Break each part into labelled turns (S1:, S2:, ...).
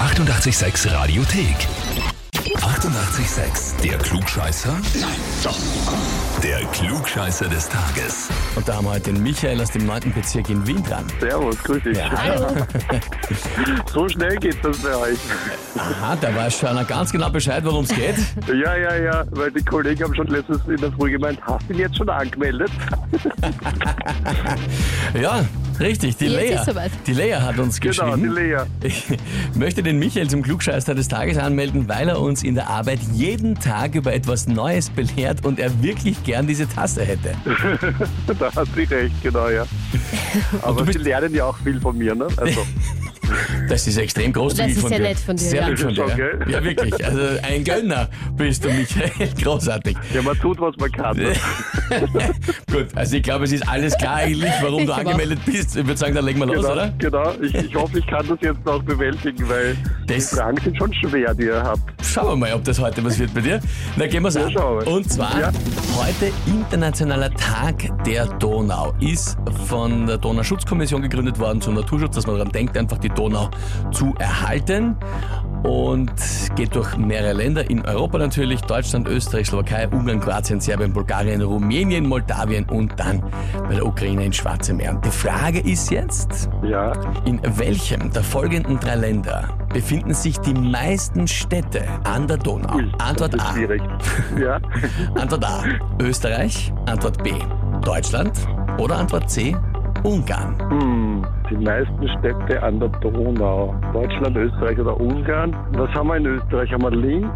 S1: 886 Radiothek. 88,6. Der Klugscheißer? Nein, doch. Der Klugscheißer des Tages.
S2: Und da haben wir heute den Michael aus dem 9. Bezirk in Wien dran.
S3: Servus, grüß dich.
S4: Hallo.
S3: So schnell geht das bei euch.
S2: Aha, da weiß schon einer ganz genau Bescheid, worum es geht.
S3: Ja, ja, ja, weil die Kollegen haben schon letztens in der Früh gemeint, hast du ihn jetzt schon angemeldet?
S2: Ja, richtig, die
S4: Jetzt
S2: Lea.
S4: ist soweit.
S2: Die Lea hat uns
S3: Genau, die
S2: geschrieben.
S3: Lea.
S2: Ich möchte den Michael zum Klugscheißer des Tages anmelden, weil er uns in der Arbeit jeden Tag über etwas Neues belehrt und er wirklich gern diese Tasse hätte.
S3: Da hat sie recht, genau, ja. Aber sie lernen ja auch viel von mir, ne? Also,
S2: Das ist extrem großzügig
S4: Das ist
S2: von
S4: ja
S2: dir.
S4: nett von dir,
S2: Sehr
S4: ja.
S2: lieb von dir.
S3: Ist schon,
S2: ja.
S3: gell?
S2: ja, wirklich. Also ein Gönner bist du, Michael. Großartig.
S3: ja, man tut, was man kann. Ne?
S2: Gut, also ich glaube, es ist alles klar eigentlich, warum du
S4: Ich glaub auch.
S2: angemeldet bist. Ich würde sagen, dann legen wir los,
S3: Genau,
S2: oder?
S3: genau. Ich, ich hoffe, ich kann das jetzt noch bewältigen, weil
S2: Das-
S3: die Fragen sind schon schwer, die ihr habt.
S2: Schauen wir mal, ob das heute was wird bei dir. Na, gehen wir's
S3: Ja,
S2: an.
S3: schauen wir.
S2: Und zwar,
S3: Ja.
S2: heute Internationaler Tag der Donau. Ist von der Donauschutzkommission gegründet worden zum Naturschutz, dass man daran denkt, einfach die Donau zu erhalten. Und geht durch mehrere Länder in Europa natürlich, Deutschland, Österreich, Slowakei, Ungarn, Kroatien, Serbien, Bulgarien, Rumänien, Moldawien und dann bei der Ukraine ins Schwarze Meer. Und die Frage ist jetzt,
S3: Ja,
S2: in welchem der folgenden drei Länder befinden sich die meisten Städte an der Donau?
S3: ui,
S2: Antwort
S3: das ist
S2: A.
S3: schwierig. Ja,
S2: Antwort A. Österreich. Antwort B. Deutschland. Oder Antwort C. Ungarn.
S3: hm, die meisten Städte an der Donau. Deutschland, Österreich oder Ungarn. Was haben wir in Österreich? Haben wir Linz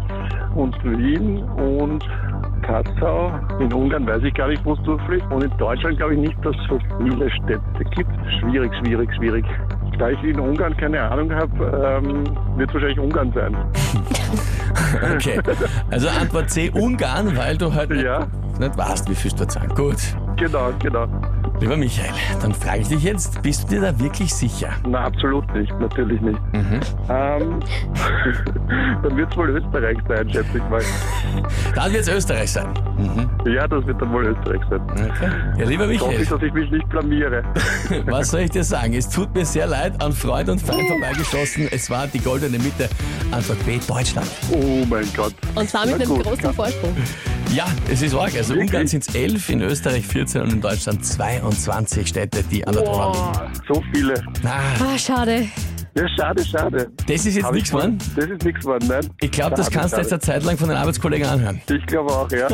S3: und Wien und Kassau. In Ungarn weiß ich gar nicht, wo es durchfliegt. Und in Deutschland glaube ich nicht, dass es so viele Städte gibt. Schwierig, schwierig, schwierig. Da ich in Ungarn keine Ahnung habe, ähm, wird es wahrscheinlich Ungarn sein.
S2: Okay. Also Antwort C. Ungarn, weil du heute
S3: Ja.
S2: nicht, nicht weißt, wie viel dort sind. Gut.
S3: Genau, genau.
S2: Lieber Michael, dann frage ich dich jetzt, bist du dir da wirklich sicher?
S3: Na, absolut nicht, natürlich nicht. Ähm, dann wird es wohl Österreich sein, schätze ich mal.
S2: Dann wird es Österreich sein. Mhm.
S3: Ja, das wird dann wohl Österreich sein.
S2: Okay. Ja, lieber
S3: Ich hoffe,
S2: Michael.
S3: ich, dass ich mich nicht blamiere.
S2: Was soll ich dir sagen? Es tut mir sehr leid, an Freund und Feind vorbeigeschossen. Es war die goldene Mitte. Antwort B, Deutschland.
S3: Oh mein Gott.
S4: Und zwar mit
S3: Na
S4: einem
S3: gut.
S4: großen Vorsprung.
S2: Ja, es ist arg. Also
S3: Wirklich?
S2: Ungarn sind es 11, in Österreich 14 und in Deutschland 22 Städte, die an der Donau liegen.
S3: Boah, so viele.
S2: Ah,
S4: Ah, schade.
S3: Ja, schade, schade.
S2: das ist jetzt
S3: Hab ich
S2: nichts,
S3: wohl-
S2: Mann.
S3: Das ist nichts, Mann, nein.
S2: Ich glaube, das
S3: Schade,
S2: kannst du
S3: schade.
S2: jetzt eine Zeit lang von den Arbeitskollegen anhören.
S3: Ich glaube auch, ja.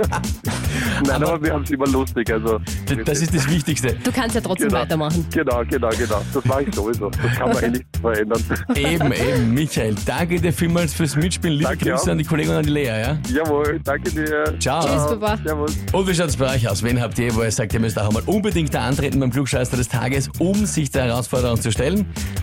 S3: nein, aber, wir haben es immer lustig. Also,
S2: D- Das ist das Wichtigste.
S4: Du kannst ja trotzdem
S3: Genau.
S4: weitermachen.
S3: Genau, genau, genau. Das mache ich sowieso. Das kann man eh nicht verändern.
S2: Eben, eben, Michael. Danke dir vielmals fürs Mitspielen. Liebe
S3: Danke
S2: Grüße
S3: auch.
S2: an die Kollegen und an die Lea, ja?
S3: Jawohl, danke dir.
S2: Ciao.
S4: Tschüss, Baba.
S3: Servus.
S2: Und wie schaut's bei euch aus? Wen habt ihr, wo ihr sagt, ihr müsst auch einmal unbedingt da antreten beim Klugscheißer des Tages, um sich der Herausforderung zu stellen?